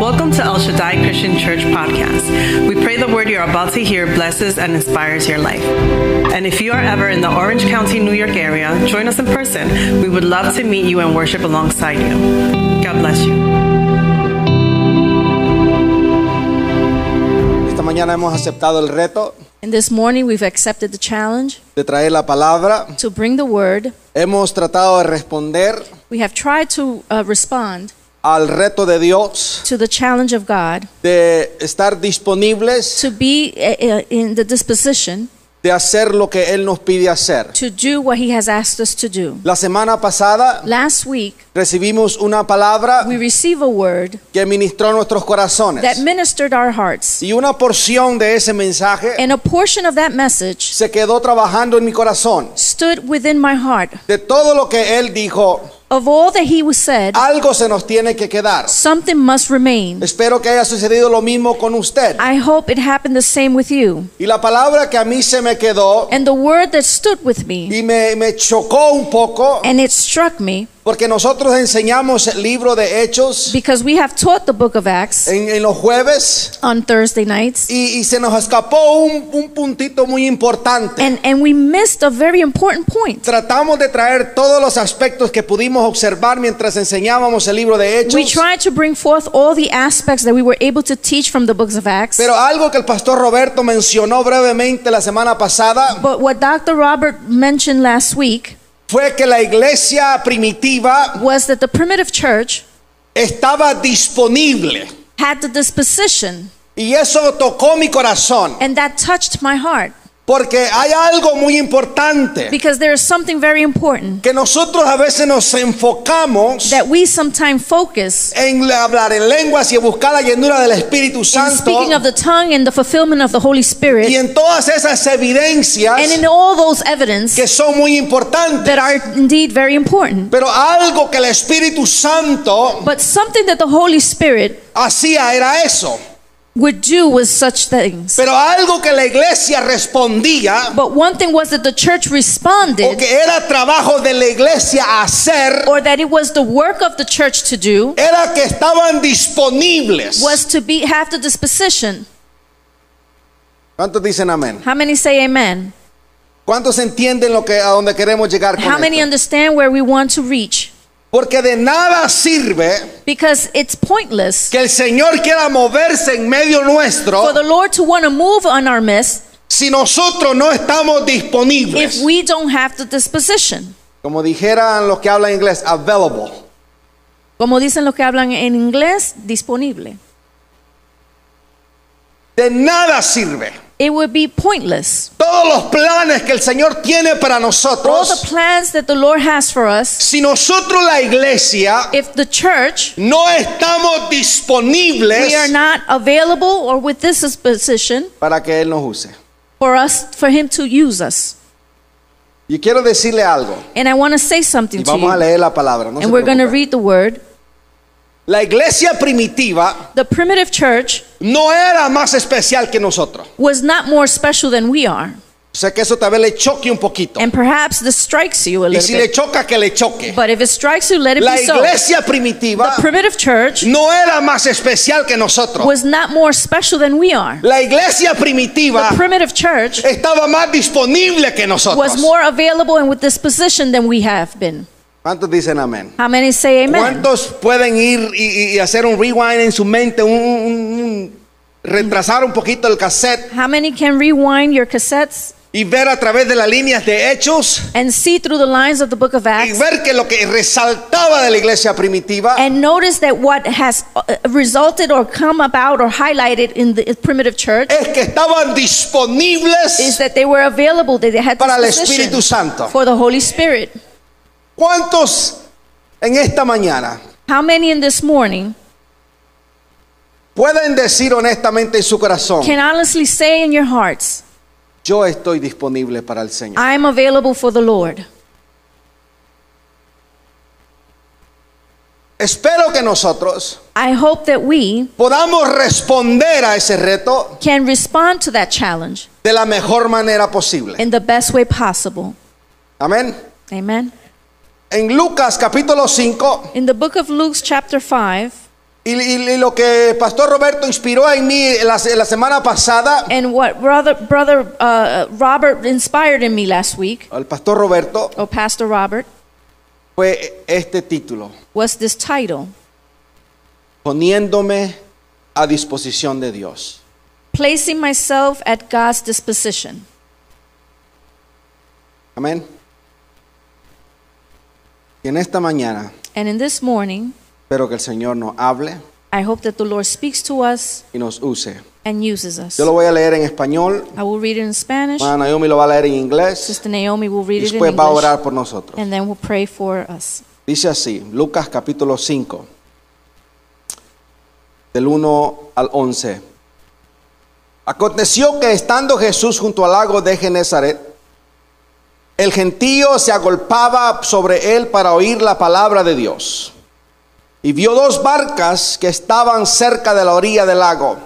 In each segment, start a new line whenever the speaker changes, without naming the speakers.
Welcome to El Shaddai Christian Church podcast. We pray the word you're about to hear blesses and inspires your life. And if you are ever in the Orange County, New York area, join us in person. We would love to meet you and worship alongside you. God bless you.
Esta mañana hemos aceptado el reto
And this morning we've accepted the challenge
de traer la palabra.
to bring the word.
Hemos tratado de responder
We have tried to uh, respond
al reto de Dios
to the challenge of God
de estar disponibles,
to be uh, uh, in the disposition
de hacer lo que Él nos pide hacer.
to do what He has asked us to do.
La semana pasada
Last week
recibimos una palabra
we received a word
que ministró nuestros
that
corazones
ministered our hearts,
y una porción de ese mensaje
and a portion of that message
se quedó trabajando en mi corazón.
stood within my heart.
De todo lo que Él dijo,
Of all that He was said,
algo se nos tiene que quedar.
something must remain.
Espero que haya sucedido lo mismo con usted.
I hope it happened the same with you.
Y la palabra que a mí se me quedó
And the word that stood with me
Y me, me chocó un poco
and it struck me
porque nosotros enseñamos el libro de Hechos
because we have taught the book of Acts.
en, en los jueves
on Thursday nights.
y, y se nos escapó un, un puntito muy importante.
And, and we missed a very important point.
Tratamos de traer todos los aspectos que pudimos observar mientras enseñábamos el libro de
We
Hechos.
tried to bring forth all the aspects that we were able to teach from the books of Acts.
Pero algo que el pastor Roberto mencionó brevemente la semana pasada
But what Dr. Robert mentioned last week
fue que la iglesia primitiva
was that the primitive church
estaba disponible.
had the disposition,
Y eso tocó mi corazón
and that touched my heart
porque hay algo muy importante.
because there is something very important
que nosotros a veces nos enfocamos
that we sometimes focus
en la- hablar en lenguas y en buscar la llenura del Espíritu
in
Santo
speaking of the tongue and the fulfillment of the Holy
y
Spirit
en todas esas evidencias
and in all those evidence
que son muy importantes.
that are indeed very important.
Pero algo que el Espíritu Santo
But something that the Holy Spirit
hacía era eso.
would do was such things.
Pero algo que la iglesia respondía
But one thing was that the church
o
responded,
que era trabajo de la iglesia hacer
or that it was the work of the church to do,
era que estaban disponibles.
was to be have the disposition.
¿Cuántos dicen amén?
How many say amen?
¿Cuántos entienden lo que a donde queremos llegar con
How many
esto?
understand where we want to reach?
Porque de nada sirve
Because it's pointless
que el Señor quiera moverse en medio
for
nuestro
the Lord to want to move on our midst
si nosotros no estamos disponibles.
if we don't have the disposition.
Como dijeran los que hablan inglés, available.
Como dicen los que hablan en inglés, disponible.
De nada sirve.
It would be pointless.
Todos los planes que el Señor tiene para
All the
nosotros,
plans that the Lord has for us,
si nosotros la iglesia
if the church
no estamos
we are
disponibles
not available or with this disposition
para que Él nos use.
for us for him to use us
Y quiero decirle algo,
and i want to say
y
something to
vamos a
you
leer la palabra. no se
and we're going to
preocupe.
read the word
La iglesia primitiva
the primitive church
no era más especial que nosotros.
was not more special than we are
Sé que eso tal vez le choque un poquito.
and perhaps this strikes you a
Y
little
si le
bit
choca, que le choque.
but if it strikes you let it
La
be so
iglesia
the
primitiva
primitive church
no era más especial que nosotros.
was not more special than we are
La iglesia
the
primitiva
primitive church
estaba más disponible que
was
nosotros.
more available and with disposition than we have been
¿Cuántos dicen amén?
how many say amen
¿Cuántos pueden ir y, y- y hacer un rewind en su mente, un, un- un- retrasar un poquito el cassette
how many can rewind your cassettes
y ver a través de las líneas de hechos
and see through the lines of the book of
y
Acts
ver que lo que resaltaba de la iglesia primitiva
and notice that what has uh, resulted or come about or highlighted in the primitive church
es que estaban
is
disponibles?
that they were available, that they had
Para el
disposition
Espíritu Santo.
for the Holy Spirit.
¿Cuántos en esta mañana?
How many in this morning
Pueden decir honestamente en su corazón,
can honestly say in your hearts,
yo estoy disponible para el Señor.
I am available for the Lord?
Espero que nosotros
I hope that we
podamos responder a ese reto
can respond to that challenge
de la mejor manera posible.
in the best way possible.
Amén.
Amen.
En Lucas capítulo 5,
In the book of Luke, chapter 5,
Y, y- y lo que Pastor Roberto inspiró en mí la, se- la semana pasada,
And what brother, brother uh, Robert inspired in me last week,
al Pastor Roberto,
or Pastor Robert,
fue este título,
was this title
poniéndome a disposición de Dios.
Placing Myself at God's Disposition.
Amén. Y en esta mañana,
And in this morning,
espero que el Señor nos hable
I hope that the Lord speaks to us
y nos use.
and uses us.
Yo lo voy a leer en español,
I will read it in Spanish.
hermana Naomi lo va a leer en inglés
Sister Naomi will
y
read it in
después va a
English.
orar por nosotros.
And then we'll pray for us.
Dice así, Lucas capítulo 5, del 1 al 11. Aconteció que estando Jesús junto al lago de Genezaret, el gentío se agolpaba sobre él para oír la palabra de Dios. Y vio dos barcas que estaban cerca de la orilla del lago.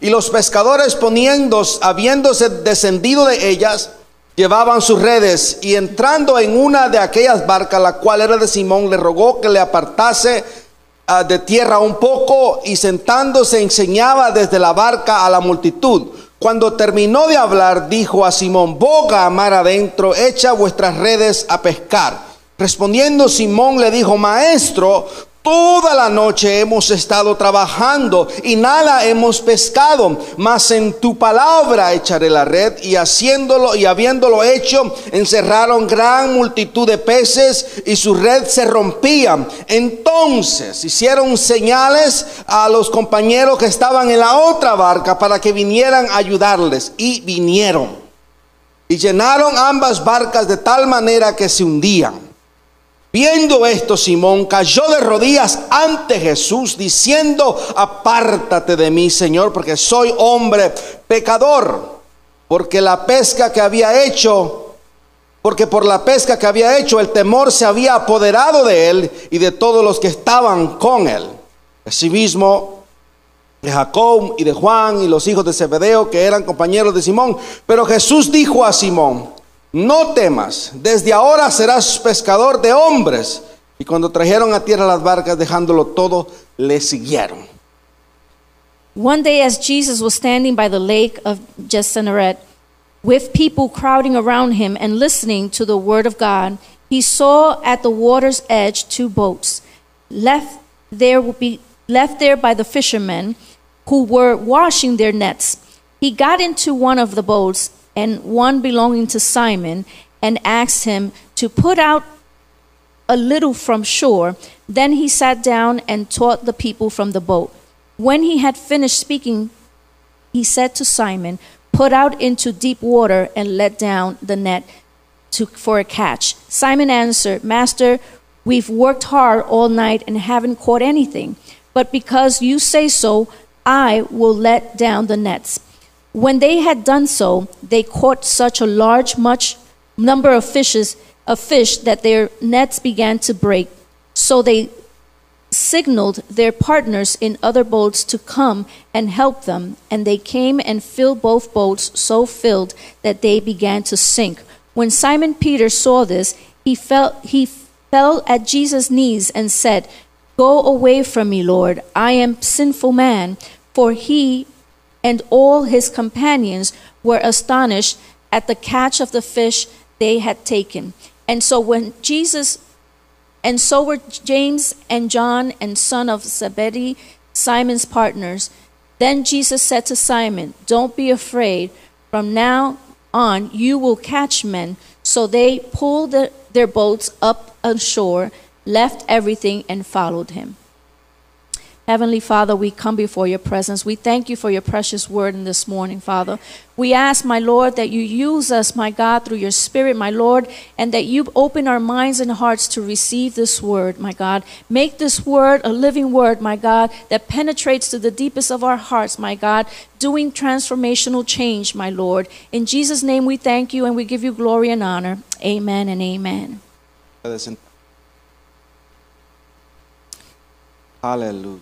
Y los pescadores poniéndose, habiéndose descendido de ellas, llevaban sus redes. Y entrando en una de aquellas barcas, la cual era de Simón, le rogó que le apartase ah, de tierra un poco. Y sentándose enseñaba desde la barca a la multitud. Cuando terminó de hablar, dijo a Simón, boga a mar adentro, echa vuestras redes a pescar. Respondiendo Simón le dijo, maestro, toda la noche hemos estado trabajando y nada hemos pescado, mas en tu palabra echaré la red. Y haciéndolo y habiéndolo hecho, encerraron gran multitud de peces y su red se rompía. Entonces hicieron señales a los compañeros que estaban en la otra barca para que vinieran a ayudarles y vinieron. Y llenaron ambas barcas de tal manera que se hundían. Viendo esto, Simón cayó de rodillas ante Jesús, diciendo, apártate de mí, Señor, porque soy hombre pecador, porque la pesca que había hecho porque por la pesca que había hecho el temor se había apoderado de él y de todos los que estaban con él. Asimismo, de Jacob y de Juan y los hijos de Zebedeo que eran compañeros de Simón. Pero Jesús dijo a Simón, no temas, desde ahora serás pescador de hombres. Y cuando trajeron a tierra las barcas, dejándolo todo, le siguieron.
One day, as Jesus was standing by the lake of Gennesaret, with people crowding around him and listening to the word of God, he saw at the water's edge two boats, left there would be left there by the fishermen, who were washing their nets. He got into one of the boats, and one belonging to Simon, and asked him to put out a little from shore. Then he sat down and taught the people from the boat. When he had finished speaking, he said to Simon, Put out into deep water and let down the net to, for a catch. Simon answered, Master, we've worked hard all night and haven't caught anything. But because you say so, I will let down the nets. When they had done so, they caught such a large much number of fishes of fish that their nets began to break. So they signaled their partners in other boats to come and help them, and they came and filled both boats so filled that they began to sink. When Simon Peter saw this, he fell he fell at Jesus' knees and said, "Go away from me, Lord. I am sinful man." For he and all his companions were astonished at the catch of the fish they had taken. And so when Jesus and so were James and John and son of Zebedee, Simon's partners. Then Jesus said to Simon, Don't be afraid. From now on, you will catch men. So they pulled the- their boats up ashore, left everything, and followed him. Heavenly Father, we come before your presence. We thank you for your precious word in this morning, Father. We ask, my Lord, that you use us, my God, through your spirit, my Lord, and that you open our minds and hearts to receive this word, my God. Make this word a living word, my God, that penetrates to the deepest of our hearts, my God, doing transformational change, my Lord. In Jesus' name we thank you and we give you glory and honor. Amen and amen.
Puede sentar. Aleluya.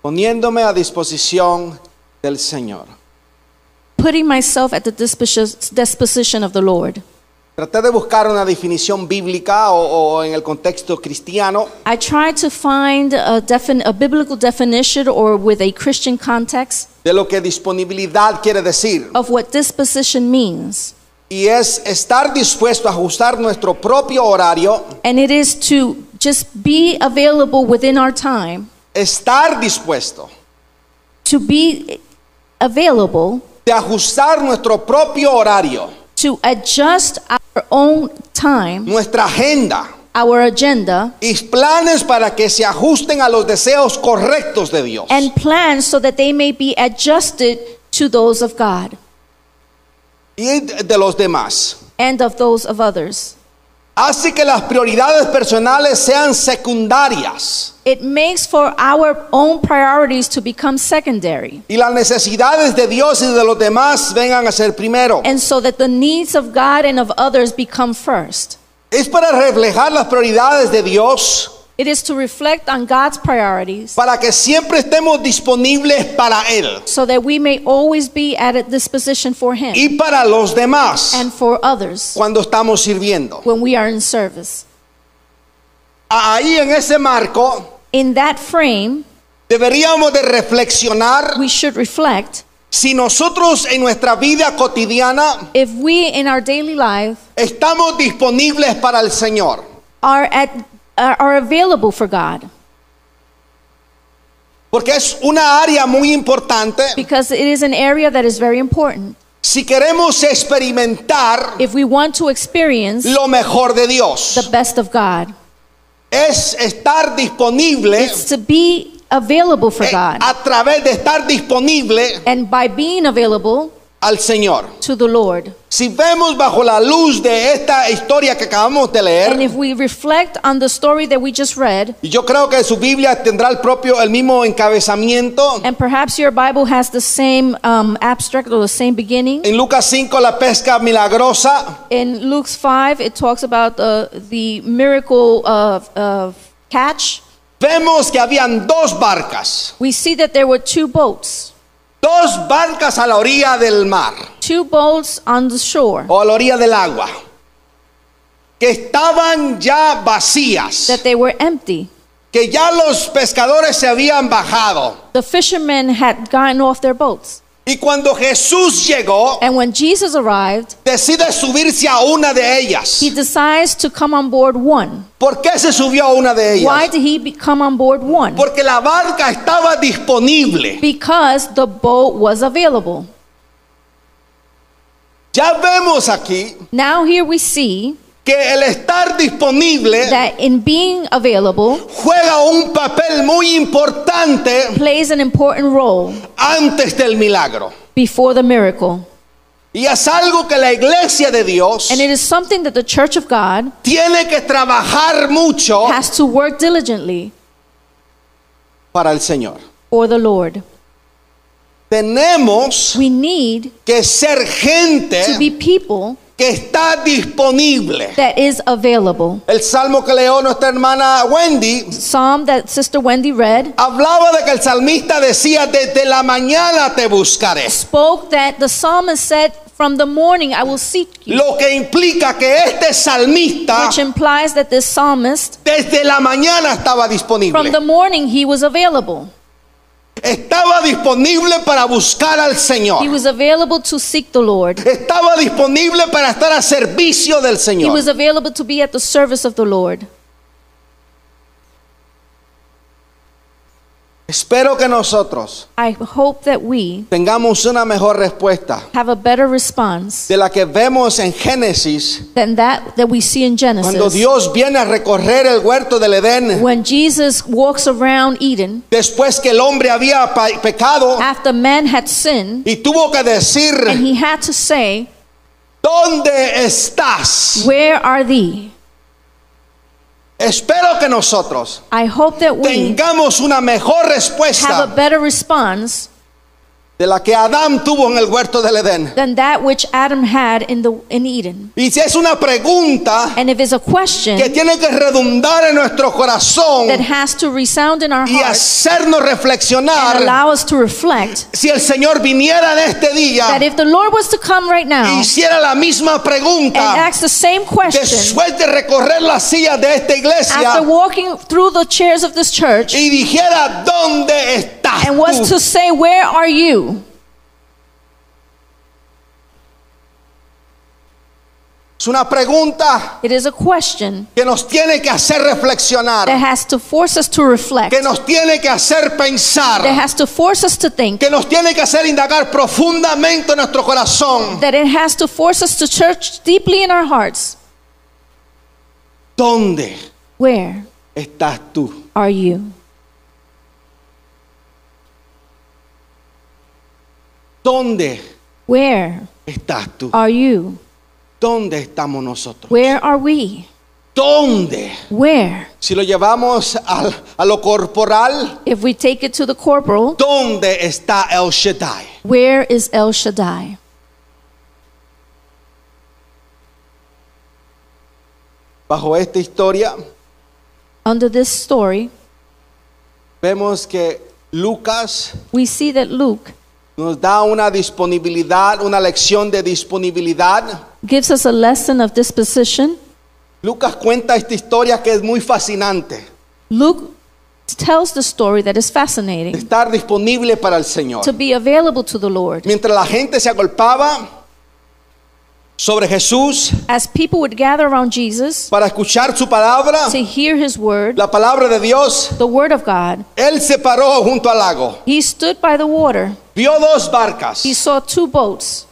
Poniéndome a disposición del Señor.
Putting myself at the disposi- disposition of the Lord.
Traté de buscar una definición bíblica o, o en el contexto cristiano
I tried to find a, defin- a biblical definition or with a Christian context
de lo que disponibilidad quiere decir.
of what disposition means.
Y es estar dispuesto a ajustar nuestro propio horario,
And it is to just be available within our time,
estar dispuesto
to be available,
de ajustar nuestro propio horario,
to adjust our own time,
nuestra agenda
our agenda,
y planes para que se ajusten a los deseos correctos de Dios.
and plans so that they may be adjusted to those of God
y de los demás.
and of those of others.
Hace que las prioridades personales sean secundarias
It makes for our own priorities to become secondary.
y las necesidades de Dios y de los demás vengan a ser primero.
and so that the needs of God and of others become first.
Es para reflejar las prioridades de Dios
It is to reflect on God's priorities
para que siempre estemos disponibles para Él
so that we may always be at a disposition for Him
y para los demás
and for others
cuando estamos sirviendo.
when we are in service.
Ahí en ese marco
In that frame,
deberíamos de reflexionar
we should reflect
si nosotros en nuestra vida cotidiana
if we in our daily life
estamos disponibles para el Señor.
are, at, are are available for God
Porque es una área muy importante.
because it is an area that is very important.
Si queremos experimentar
If we want to experience
lo mejor de Dios,
the best of God,
es estar disponible
it's to be available for
eh,
God.
a través de estar disponible
And by being available
al Señor.
to the Lord,
Si vemos bajo la luz de esta historia que acabamos de
And
leer,
if we reflect on the story that we just read,
y yo creo que su Biblia tendrá el propio, el mismo encabezamiento.
and perhaps your Bible has the same um, abstract or the same beginning.
En Lucas 5, la pesca milagrosa,
In Luke 5, it talks about uh, the miracle of, of catch.
vemos que habían dos barcas,
We see that there were two boats,
dos barcas a la orilla del mar.
two boats on the shore,
o a la orilla del agua, que estaban ya vacías,
that they were empty.
que ya los pescadores se habían bajado.
The fishermen had gotten off their boats.
Y cuando Jesús llegó,
And when Jesus arrived,
decide subirse a una de ellas.
he decides to come on board one.
¿Por qué se subió a una de
Why
ellas?
did he be- come on board one?
Porque la barca estaba disponible.
Because the boat was available.
Ya vemos aquí
Now here we see
que el estar disponible
that in being available
juega un papel muy importante
plays an important role
antes del milagro.
before the miracle.
Y es algo que la iglesia de Dios
And it is something that the church of God
tiene que trabajar mucho
has to work diligently
para el Señor.
for the Lord.
Tenemos
We need
que ser
to
gente
be people
que está disponible.
that is available.
El salmo que leyó nuestra hermana Wendy
Psalm that Sister Wendy read
hablaba de que el salmista decía, desde la mañana te buscaré.
spoke that the psalmist said, From the morning I will seek you,
Lo que implica que este salmista
which implies that this psalmist,
desde la mañana estaba
from the
disponible.
morning, he was available.
Estaba disponible para buscar al
He
Señor.
was available to seek the Lord.
Estaba disponible para estar a servicio del
He
Señor.
was available to be at the service of the Lord.
Espero que nosotros
I hope that we
tengamos una mejor respuesta
have a better response
de la que vemos en Génesis,
than that that we see in
cuando
Genesis.
Dios viene a recorrer el huerto del Edén,
When Jesus walks around Eden
después que el hombre había pa- pecado
after man had sinned
y tuvo que
Ah. and
decir,
he had to say,
¿dónde estás?
"Where are thee?"
Espero que nosotros
I hope that we
tengamos una mejor
have a
respuesta
better response
de la que Adán tuvo en el huerto del Edén.
than that which Adam had in, the, in Eden.
Y si es una pregunta
And if it's a
que
question
tiene que redundar en nuestro corazón
that has to resound in our
y
hearts
hacernos
and
reflexionar,
allow us to reflect,
si el Señor viniera en este día
that if the Lord was to come right
e
now
hiciera la misma
and
pregunta,
ask the same question
después de recorrer las sillas de esta iglesia
after walking through the chairs of this church
y dijera, ¿dónde estás
and was to
tú?
say, Where are you?
Es una pregunta
It is a question
que nos tiene que hacer reflexionar,
that has to force us to reflect,
que nos tiene que hacer
that
pensar,
has to force us to think,
que nos tiene que hacer indagar profundamente en nuestro corazón.
that it has to force us to search deeply in our hearts.
¿Dónde
Where
estás tú?
are you?
¿Dónde
Where
estás tú?
are you?
¿Dónde estamos nosotros?
Where are we?
¿Dónde?
Where?
Si lo llevamos al- a lo corporal,
If we take it to the corporal,
¿dónde está El Shaddai?
where is El Shaddai?
Bajo esta historia
Under this story,
vemos que Lucas
we see that Luke
nos da una disponibilidad, una lección de disponibilidad.
gives us a lesson of disposition.
Lucas cuenta esta historia que es muy fascinante,
Luke tells the story that is
de
fascinating
estar disponible para el Señor.
to be available to the Lord.
Mientras la gente se agolpaba sobre Jesús
As people would gather around Jesus
para escuchar su palabra,
to hear his word,
la palabra de Dios,
the word of God,
él se paró junto al lago.
he stood by the water.
Vio dos barcas.
He saw two boats,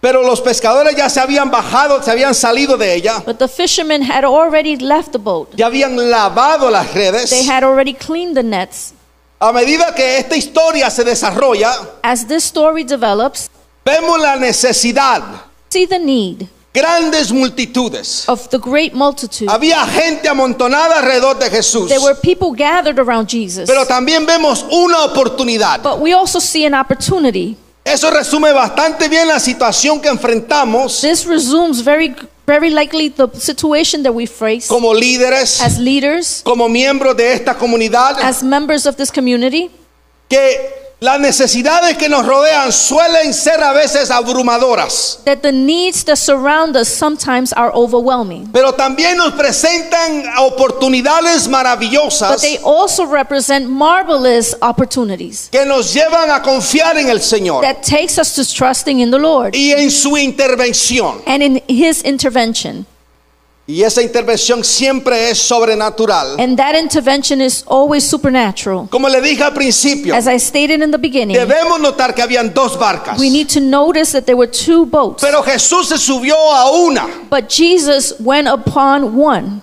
Pero los pescadores ya se habían bajado, se habían salido de ella,
but the fishermen had already left the boat.
ya habían lavado las
They
redes.
had already cleaned the nets.
A medida que esta historia se desarrolla,
As this story develops,
vemos la necesidad,
see the need
grandes multitudes.
of the great multitude.
Había gente amontonada alrededor de Jesús,
There were people gathered around Jesus.
pero también vemos una oportunidad.
But we also see an opportunity.
Eso resume bastante bien la situación que enfrentamos
This resumes very, very likely the situation that we face
como líderes,
as leaders,
como miembros de esta comunidad,
as members of this community,
que las necesidades que nos rodean suelen ser a veces abrumadoras.
that the needs that surround us sometimes are overwhelming.
Pero también nos presentan oportunidades
But
maravillosas
they also represent marvelous opportunities
que nos llevan a confiar en el Señor
that takes us to trusting in the Lord
y en su intervención.
and in His intervention.
Y esa intervención siempre es sobrenatural.
And that intervention is always supernatural.
Como le dije al principio,
As I stated in the beginning,
debemos notar que habían dos barcas,
we need to notice that there were two boats,
pero Jesús se subió a una.
but Jesus went upon one.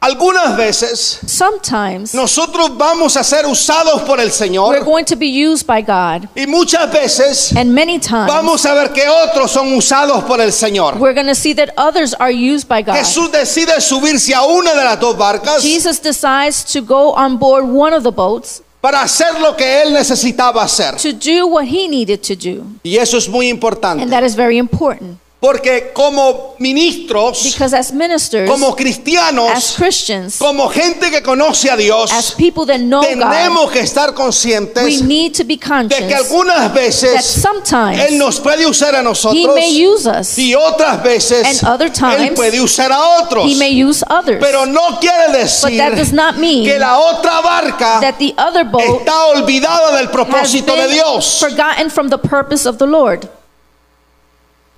Algunas veces
Sometimes
nosotros vamos a ser usados por el
we're
Señor
going to be used by God,
y muchas veces
and many times
vamos a ver que otros son usados por el Señor.
we're going to see that others are used by God.
Jesús decide subirse a una de las dos barcas
Jesus decides to go on board one of the boats
para hacer lo que él necesitaba hacer.
to do what he needed to do.
Y eso es muy
And
importante,
that is very important
porque como ministros,
because as ministers,
como
as
cristianos,
Christians,
como gente que conoce a
as
Dios,
people that know God,
tenemos que estar
we
conscientes
need to be
de que
conscious
algunas
that
veces él
sometimes
nos puede usar a
he
nosotros
may use us,
y otras veces
And other
él
times,
puede usar a otros,
he may use others.
pero no quiere
But that does
decir
not
que
mean
la otra barca
that the other boat
está olvidada del
has
propósito de
been
Dios,
forgotten from the purpose of the Lord.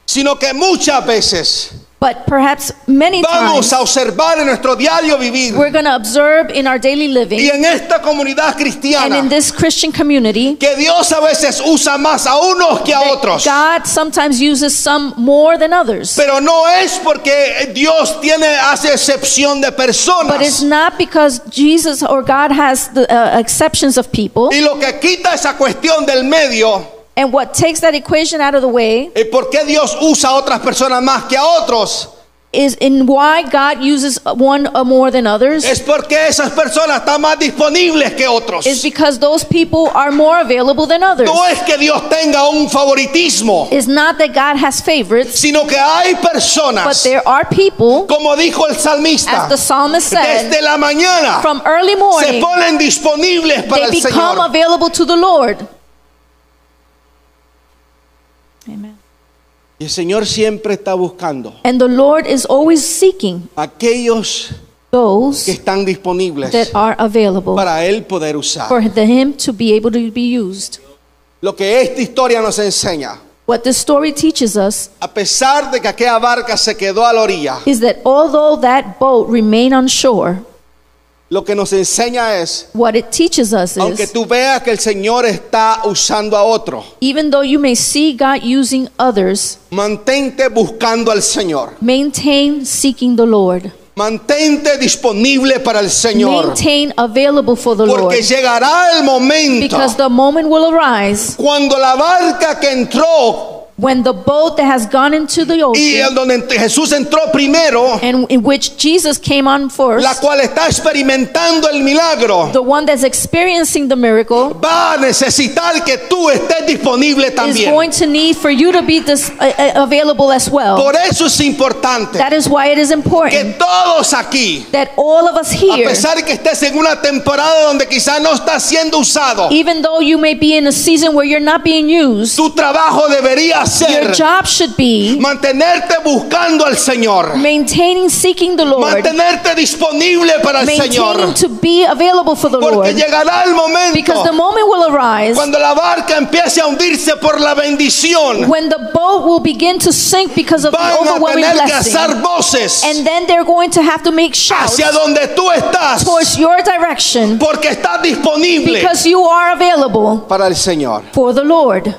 sino que muchas veces
But perhaps many
Vamos
times
a observar en nuestro diario vivir
we're going to observe in our daily living
y en esta comunidad
and in
cristiana
this Christian community
que Dios a veces usa más a unos que a
that
otros.
God sometimes uses some more than others.
Pero no es porque Dios tiene hace excepción de
But it's
personas.
not because Jesus or God has the uh, exceptions of people.
Y lo que quita esa cuestión del medio
And what takes that equation out of the way
y por qué Dios usa a otras personas más que a otros
is in why God uses one or more than others
Es porque esas personas están más disponibles que otros.
is because those people are more available than others.
No es que Dios tenga un favoritismo,
It's not that God has favorites,
sino que hay
but
personas,
there are people,
como dijo el salmista,
as the psalmist said,
desde la mañana
from early
se
morning
ponen disponibles para
they
el
become
Señor.
available to the Lord. Amen.
Y el Señor siempre está buscando
And the Lord is always seeking
aquellos que
those
están disponibles
that are available
para Él poder usar.
for the- Him to be able to be used.
Lo que esta historia nos enseña,
What this story teaches us
a pesar de que aquella barca se quedó a la orilla,
is that although that boat remained on shore,
lo que nos enseña es
what it teaches us
Aunque
is
tú veas que el Señor está usando a otro,
even though you may see God using others,
mantente buscando al Señor.
maintain seeking the Lord,
Mantente disponible para el Señor.
maintain available for the Lord,
Porque llegará el momento
because the moment will arise
cuando la barca que entró
when the boat that has gone into the
y en
ocean
donde ent- Jesús entró primero,
and in which Jesus came on
la
first,
cual está experimentando el milagro,
the one that's experiencing the miracle
va a necesitar que tú estés disponible
is
también.
going to need for you to be this, uh, uh, available as well.
Por eso es importante
That is why it is
que
important
todos aquí
that all of us
A
here
pesar que estés en una temporada donde quizás no estás siendo usado,
Even though you may be in a season where you're not being used,
tu trabajo debería
your
ser
job should be
mantenerte buscando al Señor,
maintaining seeking the Lord,
mantenerte disponible para el
maintaining
Señor,
to be available for the
porque
Lord.
llegará el
Because the
momento
moment will arise
cuando la barca empiece a hundirse por la bendición,
when the boat will begin to sink because of the
van a
overwhelming
tener que
blessing.
hacer voces
And then they're going to have to make shouts
hacia donde tú estás,
towards your direction
porque estás disponible
because you are available
para el Señor.
for the Lord.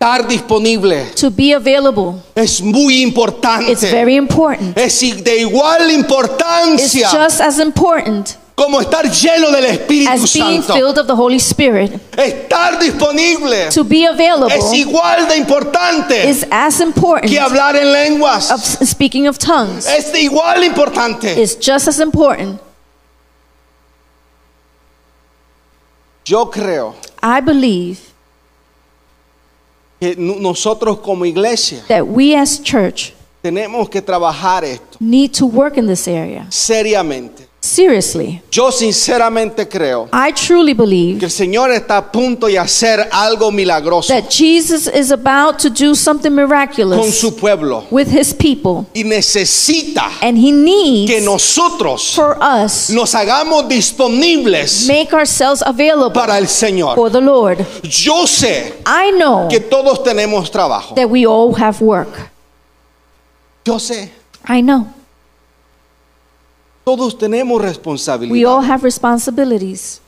Estar disponible
To be available
es muy
it's
importante.
very important.
Es i- de igual
It's
importancia
just as important
como estar lleno del Espíritu
as being
Santo.
filled of the Holy Spirit.
Estar disponible
to be
es
available
igual de importante
is as important
que hablar en
of
lenguas.
s- speaking of tongues
Es de igual importante.
is just as important.
Yo creo
I believe
que no- nosotros como iglesia
that we as church
tenemos que trabajar esto
need to work in this area.
seriamente.
Seriously,
Yo sinceramente creo
I truly
que
believe
el Señor está a punto de hacer algo milagroso
that Jesus is about to do something
con
miraculous
su pueblo
with his people
y necesita
and
que
he needs
nosotros
for us
nos hagamos disponibles
make ourselves available
para el Señor.
for the Lord.
Yo sé
I know
que todos tenemos trabajo.
that we all have work.
Yo sé,
I know.
todos tenemos
We
responsabilidad.
all have responsibilities.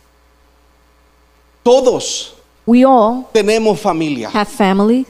Todos
We all
tenemos familia.
have family.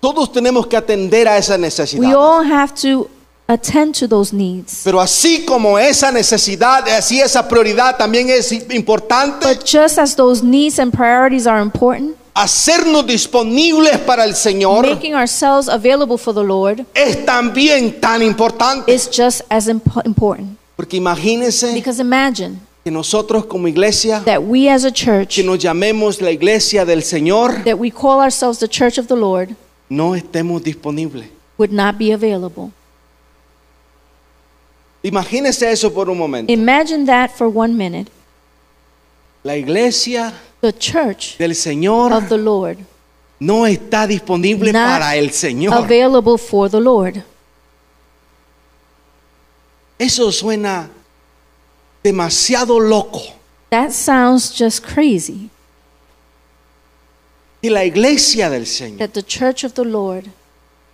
Todos tenemos que atender a esa
We
necesidad.
all have to attend to those needs.
Pero así como esa necesidad, así esa prioridad también es importante,
But just as those needs and priorities are important,
hacernos disponibles para el Señor
making ourselves available for the Lord
es también tan importante.
is just as imp- important.
Porque imagínense
Because imagine
que nosotros como iglesia,
that we as a church,
que nos llamemos la iglesia del Señor,
that we call ourselves the church of the Lord,
no estemos disponibles.
would not be available.
Imagínense eso por un momento.
Imagine that for one minute.
La iglesia
The church
del Señor
of the Lord,
no está disponible
Not
para el Señor.
available for the Lord.
Eso suena demasiado loco.
That sounds just crazy.
Que la iglesia del Señor,
That the church of the Lord,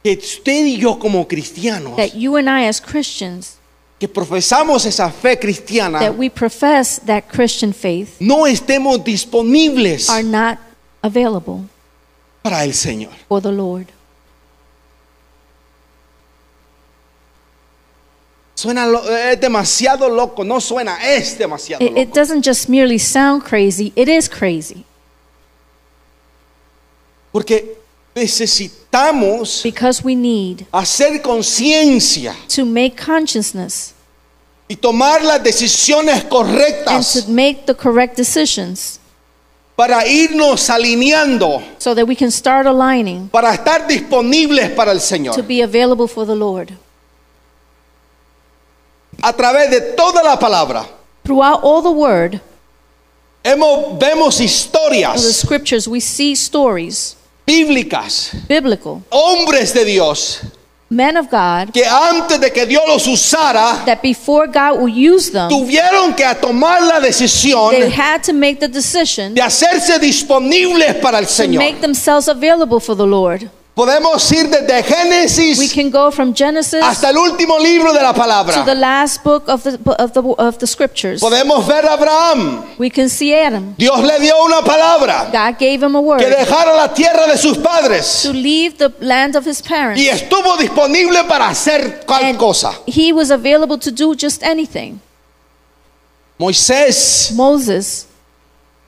que usted y yo como cristianos,
that you and I as Christians,
que profesamos esa fe cristiana,
that we profess that Christian faith
no estemos disponibles
are not available
para el Señor.
for the Lord.
Suena lo- es demasiado loco, no suena, es demasiado
It, it
loco.
doesn't just merely sound crazy, it is crazy.
Porque necesitamos necesitamos
because we need
hacer conciencia
to make consciousness
y tomar las decisiones
and
correctas
to make the correct decisions
para irnos alineando,
so that we can start aligning
para estar disponibles para el
to
Señor.
be available for the Lord.
A través de toda la palabra,
Throughout all the word
hemos, vemos
of the
historias
scriptures, we see stories,
bíblicas,
biblical,
hombres de Dios,
men of God,
que antes de que Dios los usara,
that before God will use them,
tuvieron que tomar la decisión
they had to make the decision
de hacerse disponibles para el
to
Señor.
make themselves available for the Lord.
Podemos ir desde
We
Génesis
can go from Genesis
hasta el último libro de la
to the
palabra.
last book of the, of the, of the scriptures.
Podemos ver a Abraham.
We can see Adam.
Dios le dio una palabra
God gave him a
que
word
dejara la tierra de sus padres
to leave the land of his parents.
y estuvo disponible para hacer cual
And
cosa.
He was available to do just anything.
Moisés,
Moses,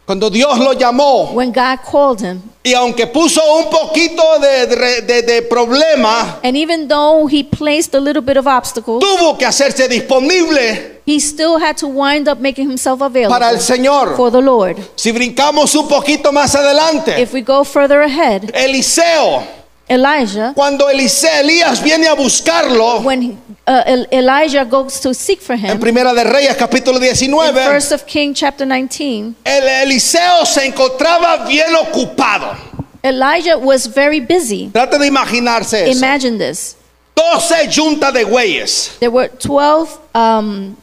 cuando Dios lo llamó
when God called him,
y aunque puso un poquito de, de- de- de problema,
and even though he placed a little bit of obstacle,
tuvo que hacerse disponible
he still had to wind up making himself
para el
available
Señor.
for the Lord.
Si brincamos un poquito más adelante,
If we go further ahead,
Eliseo,
Elijah,
cuando Eliseo, Elías viene a buscarlo,
when uh, El- Elijah goes to seek for
En
him,
Primera de Reyes capítulo
in
19,
First of King chapter 19,
el Eliseo se encontraba bien ocupado.
Elijah was very busy.
Trate de imaginarse eso.
Imagine this:
12 yuntas de bueyes.
there were 12 um,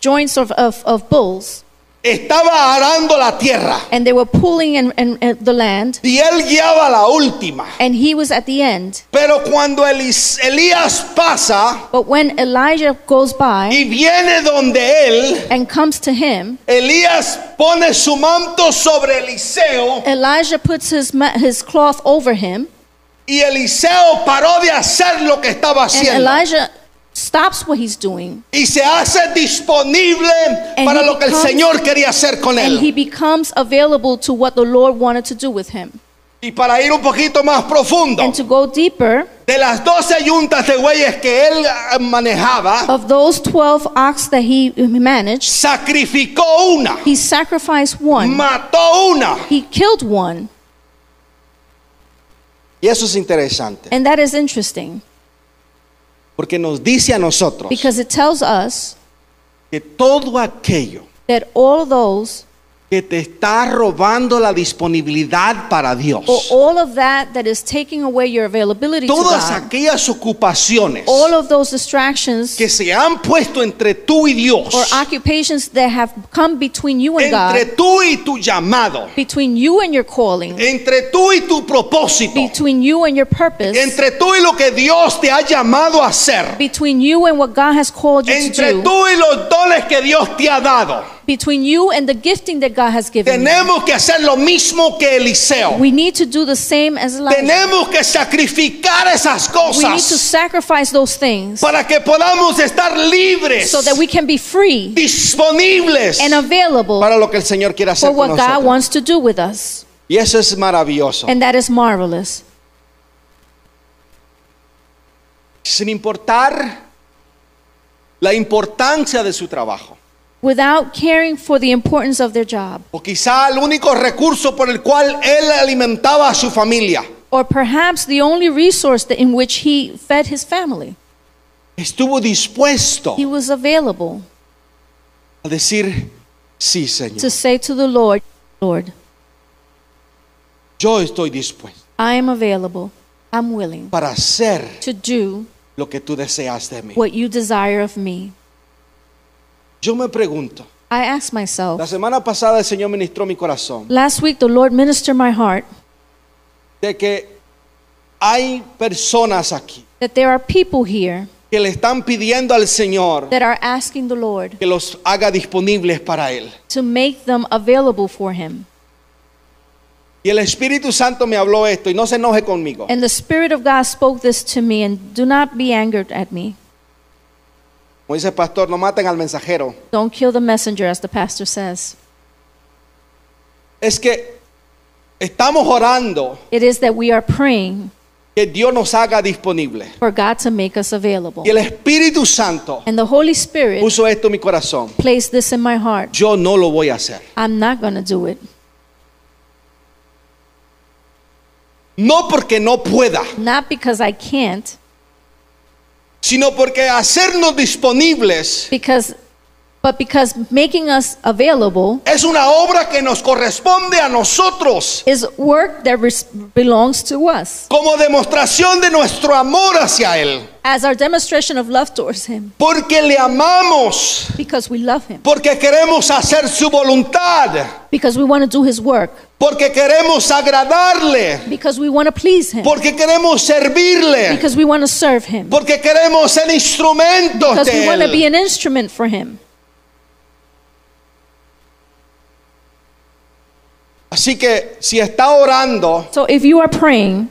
joints of, of, of bulls,
Estaba arando la tierra
and they were pulling and, and, and the land.
y él guiaba la última.
and he was at the end.
Pero cuando Elis- Elías pasa
But when Elijah goes by
y viene donde él,
and comes to him,
Elías pone su manto sobre Eliseo
Elijah puts his, ma- his cloth over him,
y Eliseo paró de hacer lo que estaba
and
haciendo.
Elijah stops what he's doing,
Y se hace disponible
And
para
he
lo que el
becomes-
Señor quería hacer con
and he
él.
becomes available to what the Lord wanted to do with him.
Y para ir un poquito más profundo,
And to go deeper,
de las 12 yuntas de bueyes que él ah, manejaba,
of those 12 ox that he managed,
sacrificó una,
he sacrificed one,
mató una.
he killed one,
Y eso es interesante,
and that is interesting
porque nos dice a nosotros
because it tells us
que todo aquello
that all those
que te está robando la disponibilidad para
or
Dios,
all of that that is taking away your availability to
todas
God,
aquellas ocupaciones
all of those distractions
que se han puesto entre tú y Dios,
or occupations that have come between you and
entre
God,
tú y tu llamado,
between you and your calling,
entre tú y tu propósito,
between you and your purpose,
entre tú y lo que Dios te ha llamado a hacer,
between you and what God has called you to
entre
do,
tú y los dones que Dios te ha dado.
between you and the gifting that God has given you.
Tenemos que hacer lo mismo que Eliseo.
We need to do the same as Elijah.
Tenemos que sacrificar esas
We need to
cosas
sacrifice those things
para que podamos estar libres,
so that we can be free
disponibles
and available
para lo que el Señor quiere hacer con
for what God
nosotros.
wants to do with us.
Y eso es maravilloso.
And that is marvelous.
Sin importar la importancia de su trabajo.
Without caring for the importance of their job.
O quizá el único recurso por el cual él alimentaba a su familia.
or perhaps the only resource that in which he fed his family.
Estuvo dispuesto
He was available
a decir, sí Señor,
to say to the Lord, Lord,
yo estoy dispuesto
I am available. I'm willing
para hacer
to do
lo que tú deseas de mí.
what you desire of me.
Yo me pregunto,
I ask
la
myself,
semana pasada el Señor ministró mi corazón
last week the Lord ministered my heart
de que hay personas aquí
that there are people here
que le están pidiendo al Señor
that are asking the Lord
que los haga disponibles para Él.
to make them available for him.
Y el Espíritu Santo me habló esto y no se enoje conmigo.
And the Spirit of God spoke this to me, and do not be angered at me.
Como dice el pastor, no maten al mensajero.
Don't kill the messenger, as the pastor says.
Es que estamos orando
It is that we are praying
que que Dios nos haga disponible.
for God to make us available.
Y el Espíritu Santo
And the Holy Spirit
puso esto en mi corazón.
placed this in my heart.
Yo no lo voy a hacer.
I'm not going to do it.
No porque no pueda,
Not because I can't,
sino porque hacernos disponibles
because but because making us available
es una obra que nos corresponde a nosotros
is work that res- belongs to us
como demostración de nuestro amor hacia Él.
as our demonstration of love towards him
Porque le amamos,
because we love him
porque queremos hacer su voluntad,
because we want to do his work
porque queremos agradarle,
because we want to please him
porque queremos servirle,
because we want to serve him
porque queremos ser instrumentos
because we
de
want to be
Él.
an instrument for him
Así que si está orando,
so if you are praying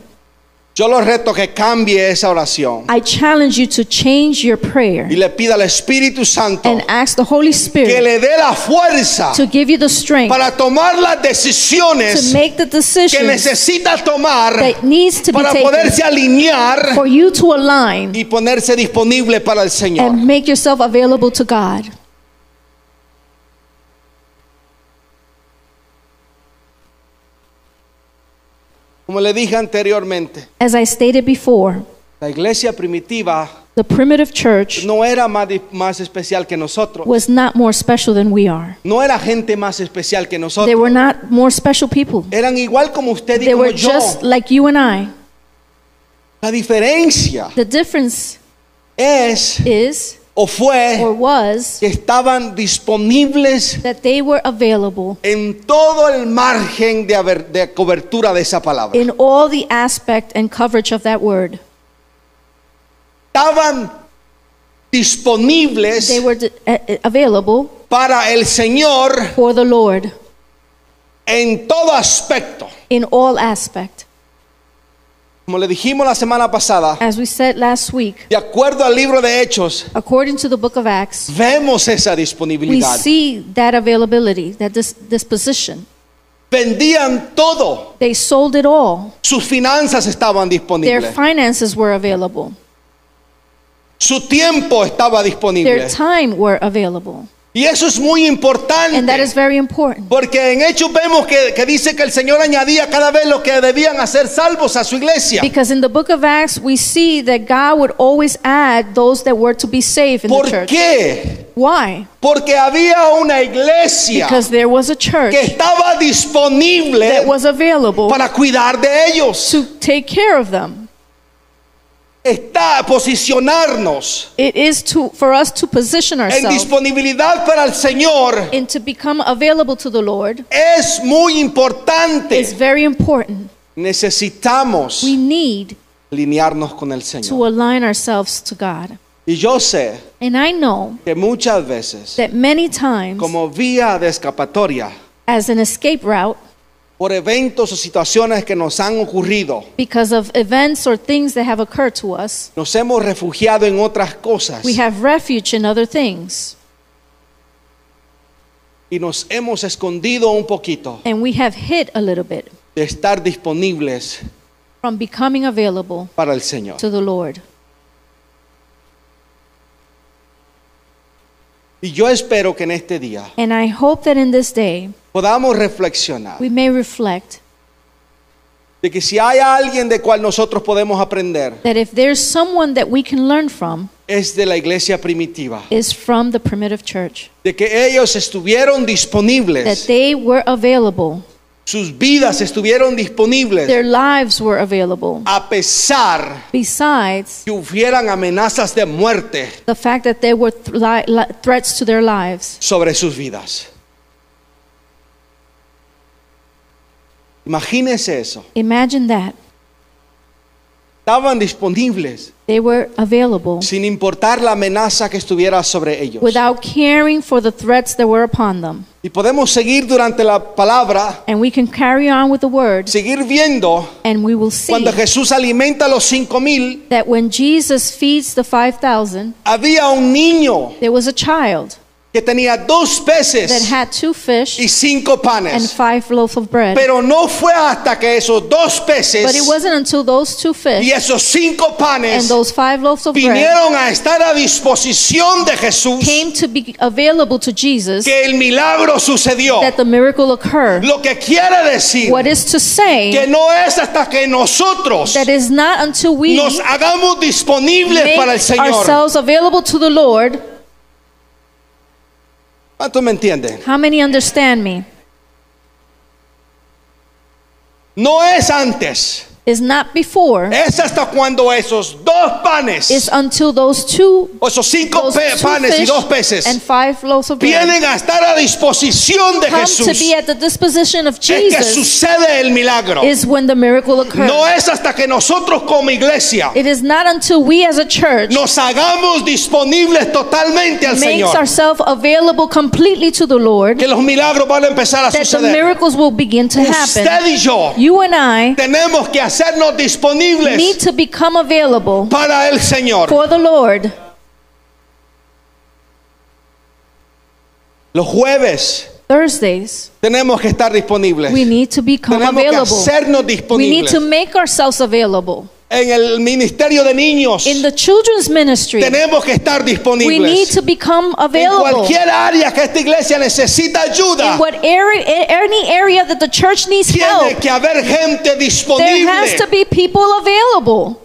yo lo reto que cambie esa oración
i challenge you to change your prayer
y le pida al Espíritu Santo
and ask the holy
que
spirit
le dé la fuerza
to give you the strength
para tomar las
to
decisiones
make the
que
decision
necesita tomar
that needs to be
para
taken
poderse alinear
for you to align
y ponerse disponible para el Señor.
and make yourself available to God.
Como le dije anteriormente,
As I stated before,
la iglesia primitiva
the primitive church
no era más, di- más especial que nosotros.
was not more special than we are.
No era gente más especial que
They
nosotros.
were not more special people.
Eran igual como usted y
They
como
were
yo.
just like you and I.
La diferencia
The difference
es
is
o
or
fue
was
que estaban disponibles
that they were available
en todo el margen de, haber- de cobertura de esa palabra.
in all the aspect and coverage of that word.
Estaban disponibles
They were di- a- a- available
para el Señor
for the Lord
en todo aspecto.
in all aspect.
Como le dijimos la semana pasada,
As we said last week,
de acuerdo al libro de Hechos,
according to the book of Acts,
vemos esa
we
disponibilidad.
see that availability, that this disposition.
Vendían todo,
They sold it all.
sus finanzas estaban
Their
disponibles,
finances were available.
su tiempo estaba disponible.
Their time were available.
Y eso es muy
And that is
importante.
very important.
Porque en Hechos vemos que, que dice que el Señor añadía cada vez lo que debían hacer salvos a su iglesia.
Because in the book of Acts, we see that God would always add those that were to be saved in the
¿Por
church.
qué?
Why?
Porque había una iglesia
Because there was a church
que estaba disponible
that was available
para cuidar de ellos.
to take care of them.
Está posicionarnos
It is to, for us to position
en
ourselves
disponibilidad para el Señor
and to become available to the Lord
es muy
is
importante.
very important.
Necesitamos
We need
alinearnos con el
to
Señor.
align ourselves to God.
Y yo sé
And I know
que muchas veces,
that many times,
como vía de escapatoria,
as an escape route,
por eventos o situaciones que nos han ocurrido,
because of events or things that have occurred to us,
nos hemos refugiado en otras cosas
we have refuge in other things
y nos hemos escondido un poquito
and we have hid a little bit
de estar disponibles
from becoming available
para el Señor.
to the Lord.
Y yo espero que en este día
And I hope that in this day
podamos reflexionar
we may reflect
de que si hay alguien de cual nosotros podemos aprender,
that if there's someone that we can learn from
es de la iglesia primitiva,
is from the primitive church
de que ellos estuvieron
that
disponibles,
they were available
sus vidas estuvieron disponibles,
their lives were available
a pesar
besides
que hubieran amenazas de muerte
the fact that there were th- li- li- threats to their lives
sobre sus vidas. Imagínense eso.
imagine that
Estaban disponibles
they were available
sin importar la amenaza que estuviera sobre ellos.
without caring for the threats that were upon them.
Y podemos seguir durante la palabra,
And we can carry on with the word,
seguir viendo
and we will see
Cuando Jesús alimenta a los cinco mil,
that when Jesus feeds the 5,000,
había un niño
there was a
que
child
que tenía dos
that
peces
had two fish
y cinco
and
panes.
five loaves of bread.
Pero no fue hasta que esos dos peces
But it wasn't until those two
y
fish
esos cinco
and
panes
those five loaves of bread
vinieron a estar a disposición de Jesús
came to be available to Jesus
que el milagro sucedió.
that the miracle occurred.
Lo que quiere decir
What is to
que
say
no es hasta que nosotros
that is not until we
nos hagamos disponibles para el
make
Señor.
ourselves available to the Lord.
¿Cuántos me entienden?
How many understand me?
No es antes,
Is not before.
es hasta cuando esos dos panes
It's until those two,
O esos cinco
those
pe-
two
panes y
fish
dos peces
and five loaves of bread
vienen a estar a disposición de
come to
Jesús.
be at the disposition of
Es que
Jesus
sucede el milagro.
is when the miracle occurs.
No es hasta que nosotros como iglesia
It is not until we as a church
nos hagamos disponibles totalmente al
makes
Señor
ourselves available completely to the Lord
que los milagros van a empezar a
that the
suceder.
miracles will begin to happen.
Usted y yo
You and I
tenemos que hacernos
need
disponibles
to become available
para el Señor.
for the Lord.
Los jueves
Thursdays,
tenemos que estar disponibles.
we need to become
Tenemos que
available.
hacernos
We need
disponibles.
to make ourselves available.
En el ministerio de niños
In the children's ministry,
tenemos que estar
we need
disponibles.
to become
En
available.
cualquier área que esta iglesia necesita
In
ayuda,
what area, any area that the church needs
tiene
help,
que haber gente
there has
disponible.
to be people available.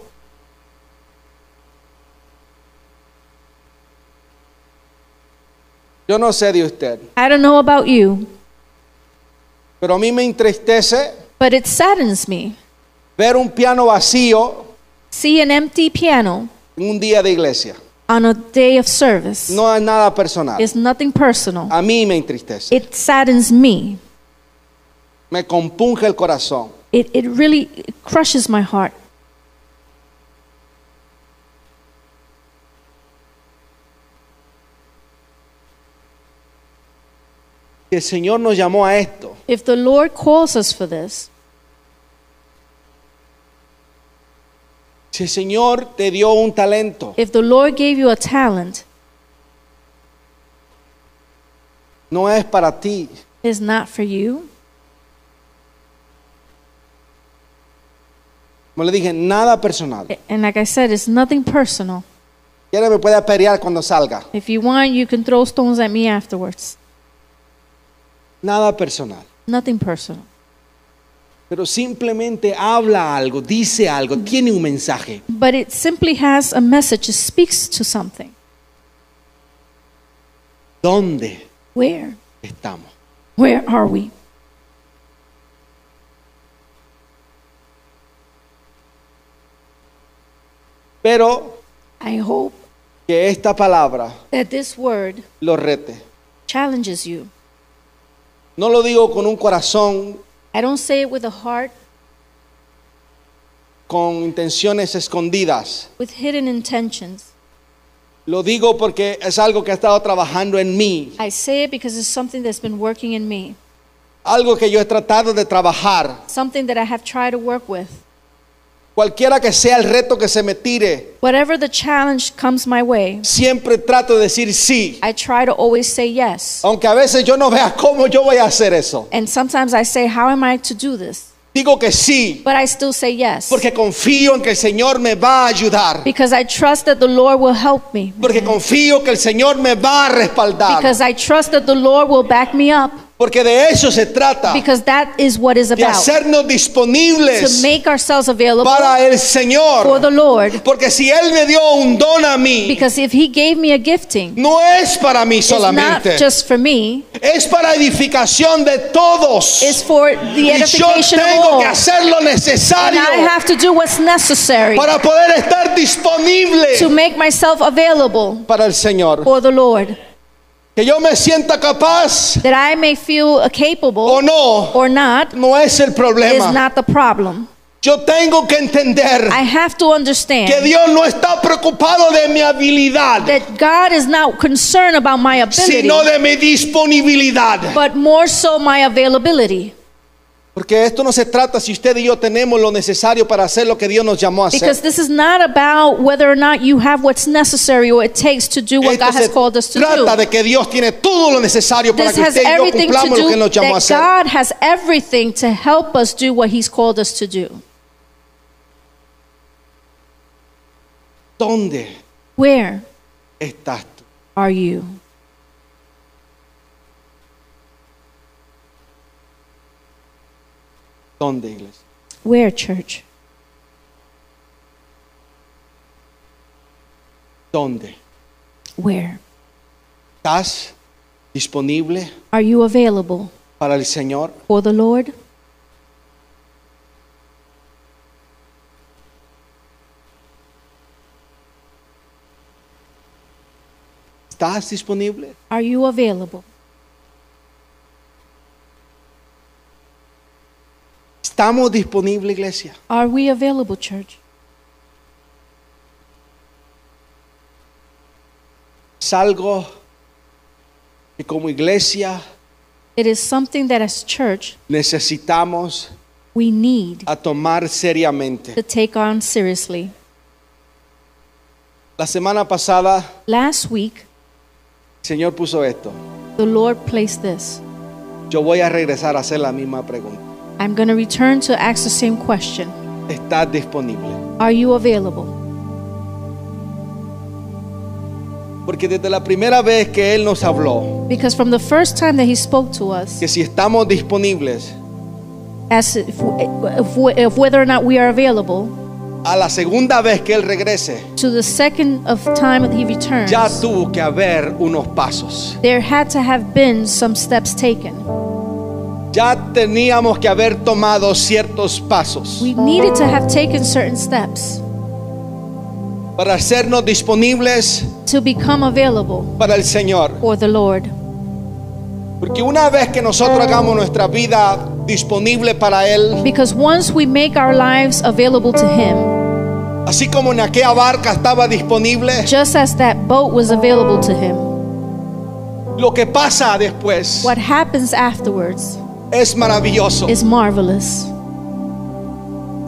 Yo no sé de usted,
I don't know about you,
pero a mí me entristece
but it saddens me.
ver un piano vacío
See an empty piano
en un día de iglesia.
on a day of service.
No es nada personal.
It's nothing personal.
A mí me entristece.
It saddens me.
Me compunge el corazón.
It, it really crushes my heart.
Que el Señor nos llamó a esto.
If the Lord calls us for this,
Si el Señor te dio un talento,
if the Lord gave you a talent,
no es para ti.
it's not for you.
Como le dije, nada personal.
And like I said, it's nothing personal.
Ya no me puede pelear cuando salga.
If you want, you can throw stones at me afterwards.
Nada personal.
Nothing personal.
Pero simplemente habla algo, dice algo, tiene un mensaje.
But it simply has a message, it speaks to something.
¿Dónde
Where?
estamos?
Where are we?
Pero
I hope
que esta palabra
that this word
lo rete.
challenges you.
No lo digo con un corazón,
I don't say it with a heart
con intenciones escondidas.
with hidden intentions.
Lo digo porque es algo que ha estado trabajando en mí,
I say it because it's something that's been working in me,
algo que yo he tratado de trabajar.
something that I have tried to work with.
Cualquiera que sea el reto que se me tire,
Whatever the challenge comes my way,
siempre trato de decir sí,
I try to always say yes.
aunque a veces yo no vea cómo yo voy a hacer eso.
And sometimes I say, How am I to do this?
Digo que sí,
But I still say yes.
porque confío en que el Señor me va a ayudar,
Because I trust that the Lord will help me.
porque confío que el Señor me va a respaldar,
Because I trust that the Lord will back me up.
porque de eso se trata,
Because that is what is
de
about.
hacernos disponibles
To make ourselves available
para el
for
Señor.
the Lord.
Porque si Él me dio un don a mí,
Because if He gave me a gifting,
no es para mí
it's not
solamente,
just for me,
es para edificación de todos.
it's for the
Y yo
edification of
tengo
all.
que
And
hacer lo necesario
I have to do what's necessary
para poder estar disponible
to make myself available
para el Señor.
for the Lord.
Que yo me sienta capaz
That I may feel
o
capable
no,
or not
no es el
is
problema.
not the problem.
Yo tengo que entender
I have to
que
understand
Dios no está preocupado de mi habilidad,
that God is not concerned about my ability.
sino de mi disponibilidad.
but more so my availability.
Porque esto no se trata si usted y yo tenemos lo necesario para hacer lo que Dios nos llamó a hacer.
Because this is not about whether or not you have what's necessary or it takes to do what
Esto
God
se
has called us to
trata
do.
de que Dios tiene todo lo necesario para
This
que
has
usted y yo
everything to
cumplamos lo
do
que nos llamó a
that
hacer.
God has everything to help us do what He's called us to do.
¿Dónde
Where
estás tú?
are you?
¿Dónde, iglesia?
Where, church?
¿Dónde?
Where?
¿Estás disponible
Are you available
para el Señor?
for the Lord?
¿Estás disponible?
Are you available?
¿Estamos disponibles, iglesia?
Are we available, church?
Es algo que como iglesia
It is something that as church
necesitamos
we need
a tomar seriamente.
to take on seriously.
La semana pasada
Last week,
el Señor puso esto.
the Lord placed this.
Yo voy a regresar a hacer la misma pregunta.
I'm going to return to ask the same question
¿Estás disponible?
Are you available?
Porque desde la primera vez que Él nos habló,
Because from the first time that He spoke to us,
que si estamos disponibles,
as if, if, if whether or not we are available,
a la segunda vez que Él regrese,
to the second of time that He returns,
ya tuvo que haber unos pasos.
there had to have been some steps taken.
Ya teníamos que haber tomado ciertos pasos
We needed to have taken certain steps
para hacernos disponibles
to become available
para el Señor.
for the Lord.
Porque una vez que nosotros hagamos nuestra vida disponible para Él,
Because once we make our lives available to Him,
así como en aquella barca estaba disponible,
just as that boat was available to Him,
lo que pasa después
what happens afterwards
es maravilloso.
is marvelous.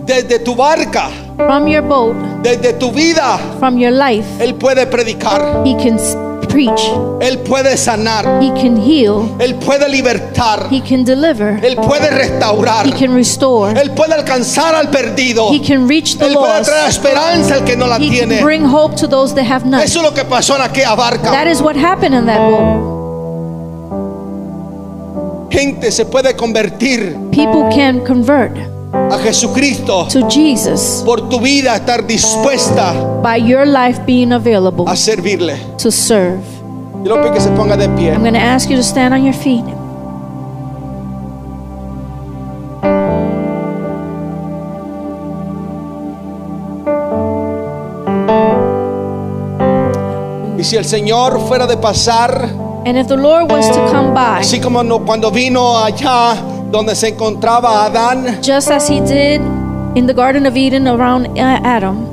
Desde tu barca,
From your boat,
desde tu vida,
from your life,
Él puede predicar,
He can s- preach,
Él puede sanar,
He can heal,
Él puede libertar,
He can deliver,
Él puede restaurar,
He can restore,
Él puede alcanzar al perdido,
He can reach the
Él puede
lost,
traer esperanza al que no la
He can
tiene.
bring hope to those that have none.
Eso es lo que pasó en aquella barca.
That is what happened in that boat.
Gente se puede convertir
People can convert
a Jesucristo
to Jesus
por tu vida estar dispuesta
by your life being available
a servirle.
to serve.
Yo lo pido que se ponga de pie.
I'm going to ask you to stand on your feet.
Y si el Señor fuera de pasar,
And if the Lord was to come by,
así como no- cuando vino allá donde se encontraba Adán,
just as he did in the Garden of Eden around uh, Adam,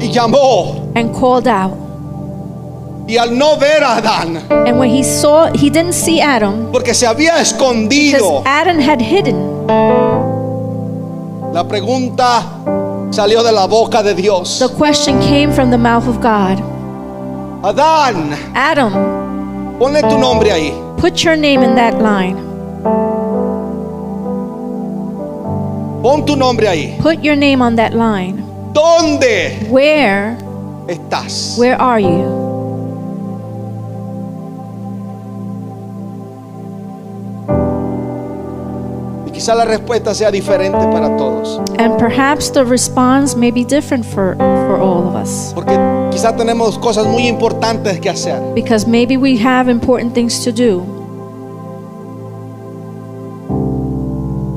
y llamó,
and called out.
y al no ver a Adán,
And when he saw, he didn't see Adam
porque se había escondido,
because Adam had hidden.
la pregunta salió de la boca de Dios.
The question came from the mouth of God
Adán,
Adam,
ponle tu nombre ahí.
put your name in that line.
Pon tu nombre ahí.
Put your name on that line.
¿Dónde
Where,
estás?
where are you?
Y quizá la respuesta sea diferente para todos.
And perhaps the response may be different for, for all of us
Porque quizá tenemos cosas muy importantes que hacer.
because maybe we have important things to do.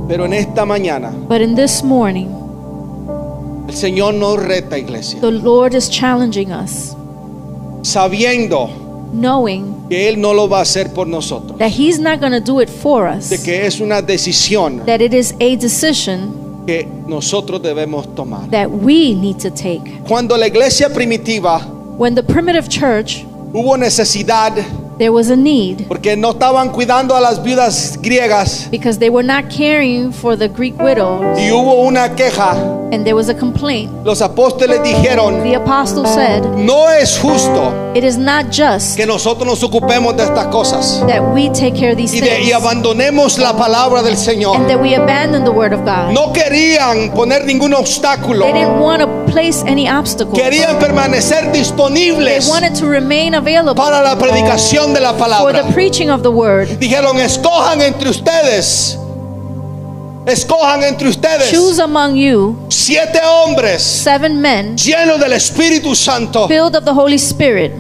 Pero en esta mañana,
But in this morning,
el Señor nos reta, iglesia.
The Lord is challenging us,
sabiendo
knowing
que Él no lo va a hacer por nosotros,
that He's not going to do it for us,
de que es una decisión
that it is a decision
que nosotros debemos tomar.
that we need to take.
Cuando la iglesia primitiva
When the primitive church
hubo necesidad
There was a need
porque no estaban cuidando a las viudas griegas
because they were not caring for the Greek widow,
y hubo una queja.
and there was a complaint.
Los apóstoles dijeron,
The apostle said,
no es justo
It is not just
que nosotros nos ocupemos de estas cosas
that we take care of these
y, de- y
things
abandonemos la palabra del Señor.
and that we abandon the word of God.
No querían poner ningún obstáculo,
They didn't want to place any obstacle.
querían permanecer
They
disponibles
wanted to remain available
para la predicación de la
for
palabra.
the preaching of the word.
Dijeron, escojan entre ustedes, escojan entre
Choose
ustedes
among you
siete hombres
seven men
llenos del Espíritu Santo.
filled of the Holy Spirit,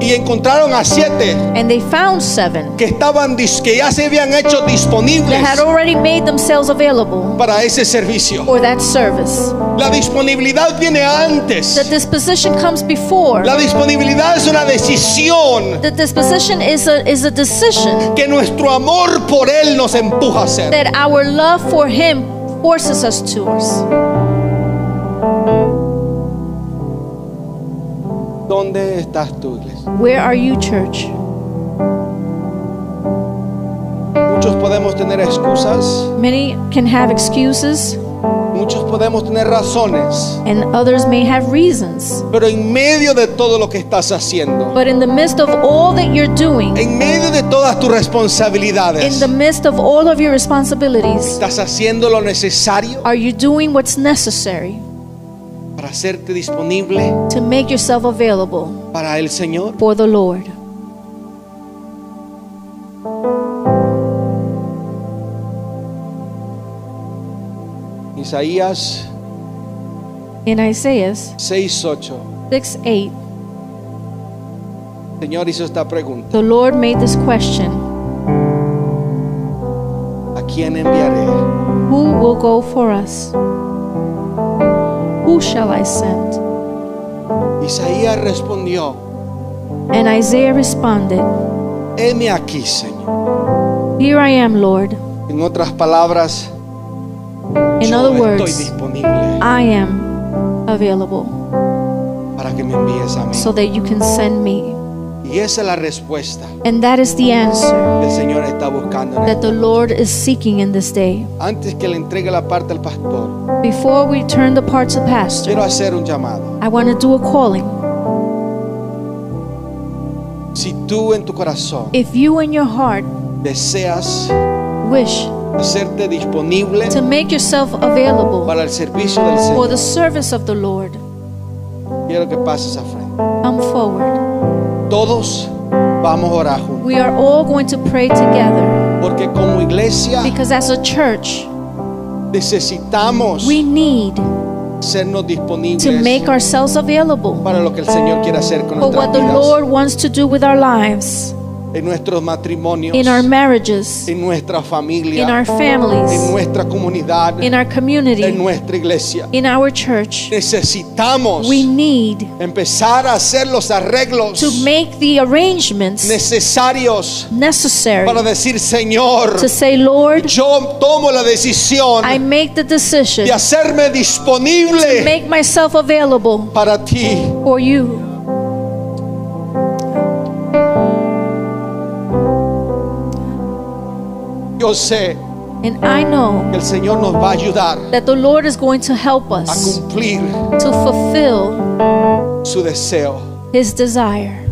Y encontraron a siete
and they found seven
que estaban, dis- que ya se habían hecho
that
disponibles
had already made themselves available
para ese servicio.
for that service.
La disponibilidad viene
The
antes.
disposition comes before.
La disponibilidad es una decisión
The disposition is a is a decision
que nuestro amor por Él nos empuja a hacer.
that our love for Him forces us towards.
¿Dónde estás tú, iglesia?
Where are you, church?
Muchos podemos tener excusas,
Many can have excuses,
muchos podemos tener razones.
and others may have reasons.
Pero en medio de todo lo que estás haciendo,
But in the midst of all that you're doing,
en medio de todas tus
in
responsabilidades,
the midst of all of your responsibilities,
estás haciendo lo necesario
are you doing what's necessary
para hacerte disponible
to make yourself available
para el Señor.
for the Lord?
Isaías
In Isaiah
6:8,
6 8,
el Señor hizo esta pregunta:
the Lord made this question
¿A quién enviaré?
Who will go for us? Who shall I send?
Isaías respondió:
And Isaiah responded,
Heme aquí, Señor.
Here I am, Lord.
En otras palabras,
In
yo
other
estoy
words,
disponible
I am available
para que me envíes a mí.
so that you can send me.
Y esa es la respuesta
And that is the answer
que el Señor está buscando.
that the Lord is seeking in this day.
Antes que le entregue la parte al pastor.
Before we turn the parts of
Quiero
Pastor,
hacer un llamado.
I want to do a calling.
Si tú en tu corazón
If you in your heart
deseas
wish
hacerte disponible
to make yourself available
para el servicio del
for
Señor,
the service of the Lord,
quiero que pases a frente.
come forward.
Todos vamos a orar juntos.
We are all going to pray together
Porque como iglesia
because as a church,
necesitamos
we need
sernos
to
disponibles
make ourselves available
para lo que el Señor quiere hacer con
for
nuestras
what the
vidas,
Lord wants to do with our lives,
en nuestros matrimonios,
in our marriages,
en nuestra
in
familia,
our
en
families,
nuestra comunidad,
in our
en
community,
nuestra iglesia.
in our church.
Necesitamos
We need
empezar a hacer los arreglos
to make the arrangements
necesarios
necessary
para decir, Señor,
to say, Lord,
yo tomo la decisión
I make the decision
de hacerme
to
disponible
make myself available
para ti.
for you.
Yo sé
And I know
que el Señor nos va a ayudar
that the Lord is going to help
a
us
cumplir
to fulfill
su deseo
His desire